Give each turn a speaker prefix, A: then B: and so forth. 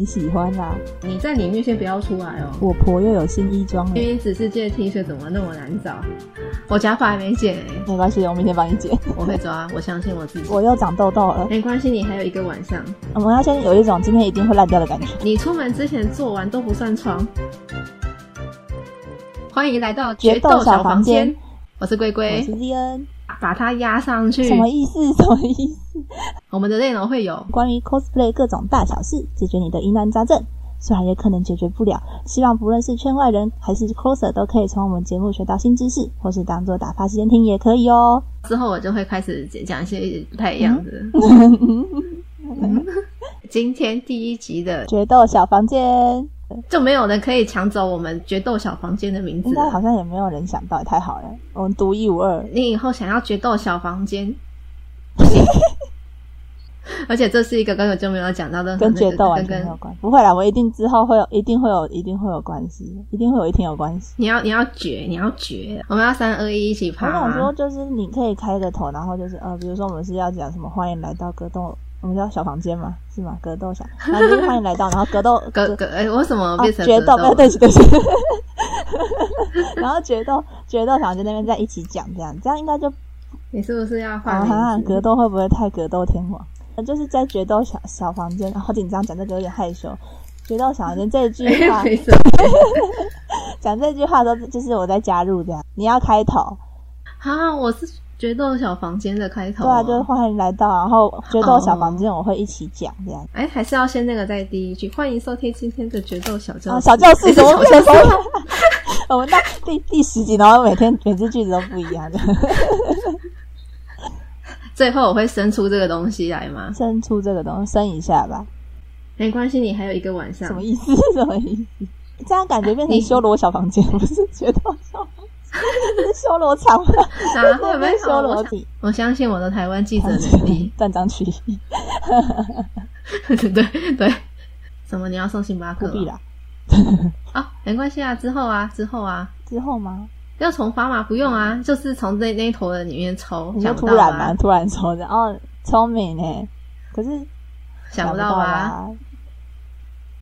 A: 很喜欢啦、
B: 你在里面先不要出来哦。
A: 我婆又有新衣装了，
B: 明明只是件 T 恤，怎么那么难找？我假发还没剪哎、
A: 没关系，我明天帮你剪。
B: 我会抓，我相信我自己。
A: 我又长痘痘了，
B: 没关系，你还有一个晚上。
A: 我们要先有一种今天一定会烂掉的感觉。
B: 你出门之前做完都不算床。欢迎来到
A: 决斗小房间，
B: 我是龟
A: 我
B: 龟
A: 是，Z N，
B: 把它压上去
A: 什。么意思？ 什么意思？
B: 我们的内容会有
A: 关于 cosplay 各种大小事，解决你的疑难杂症，虽然也可能解决不了。希望不论是圈外人还是 coser，都可以从我们节目学到新知识，或是当做打发时间听也可以哦。
B: 之后，我就会开始讲一些不太一样 的。嗯今天第一集的
A: 决斗小房间，
B: 就没有人可以抢走我们决斗小房间的名字
A: 应
B: 了。
A: 该好像也没有人想到，太好了，我们独一无二。
B: 你以后想要决斗小 房间，不行。而且这是一个根本就没有讲到任 何
A: 跟
B: 那个
A: 决斗完全
B: 跟
A: 没有
B: 跟
A: 关不会啦，我一定之后会有，一定会有，一定会有关系，一定会有一天有关系。
B: 你要你要决你要决，我们要三二一一起
A: 我
B: 爬
A: 想说，
B: 吗。
A: 就是你可以开个头，然后就是呃，比如说我们是要讲什么，欢迎来到格斗，我们叫小房间嘛，是吗？格斗小，然后就是欢迎来到，然后格斗
B: 格格哎，我怎么
A: 啊
B: 变成
A: 决
B: 格
A: 斗，不要
B: 斗？
A: 对不起对不 起。然后决斗决斗小房间那边在一起讲，这样这样应该就
B: 你是不是要换
A: 啊
B: 名字？
A: 格斗会不会太格斗天王？就是在决斗小小房间，啊好紧张，讲这个有点害羞。决斗小房间这一句话
B: 哎，， 没什么
A: 讲这句话都就是我在加入这样，你要开头，
B: 啊，我是决斗小房间的开头
A: 对
B: 哦。
A: 啊，就是欢迎来到，然后决斗小房间我会一起讲这样。
B: 哎，还是要先那个在第一句，欢迎收听今天的决斗小教室。
A: 啊，小教
B: 哎
A: 室怎么
B: 小
A: 不
B: 教
A: 能
B: 室
A: 说？我
B: 啊
A: 们到第第十集，然后每天每次句子都不一样的，
B: 最后我会生出这个东西来吗？
A: 生出这个东西，生一下吧，
B: 没关系，你还有一个晚上
A: 什。么意思？ 什么意思？这样感觉变成修罗小房间，不是决斗小房间， 是修罗场吗？
B: 然后没
A: 不是修
B: 有，啊哦我
A: 罗
B: 想
A: 体，
B: 我相信我的台湾记者能力。
A: 断章取义，哦
B: 对 对对，什么你要送星巴克
A: 不
B: 吗？
A: 必啦。
B: 啊，没关系啊，之后啊，之后啊，
A: 之后吗？
B: 要从砝码不用啊，就是从那那一坨的里面抽。
A: 你就
B: 想
A: 突
B: 不到啊
A: 然
B: 吧
A: 欸嘛，？突然抽的，哦，聪明呢。可是
B: 想
A: 不
B: 不到吧？啊
A: 吧？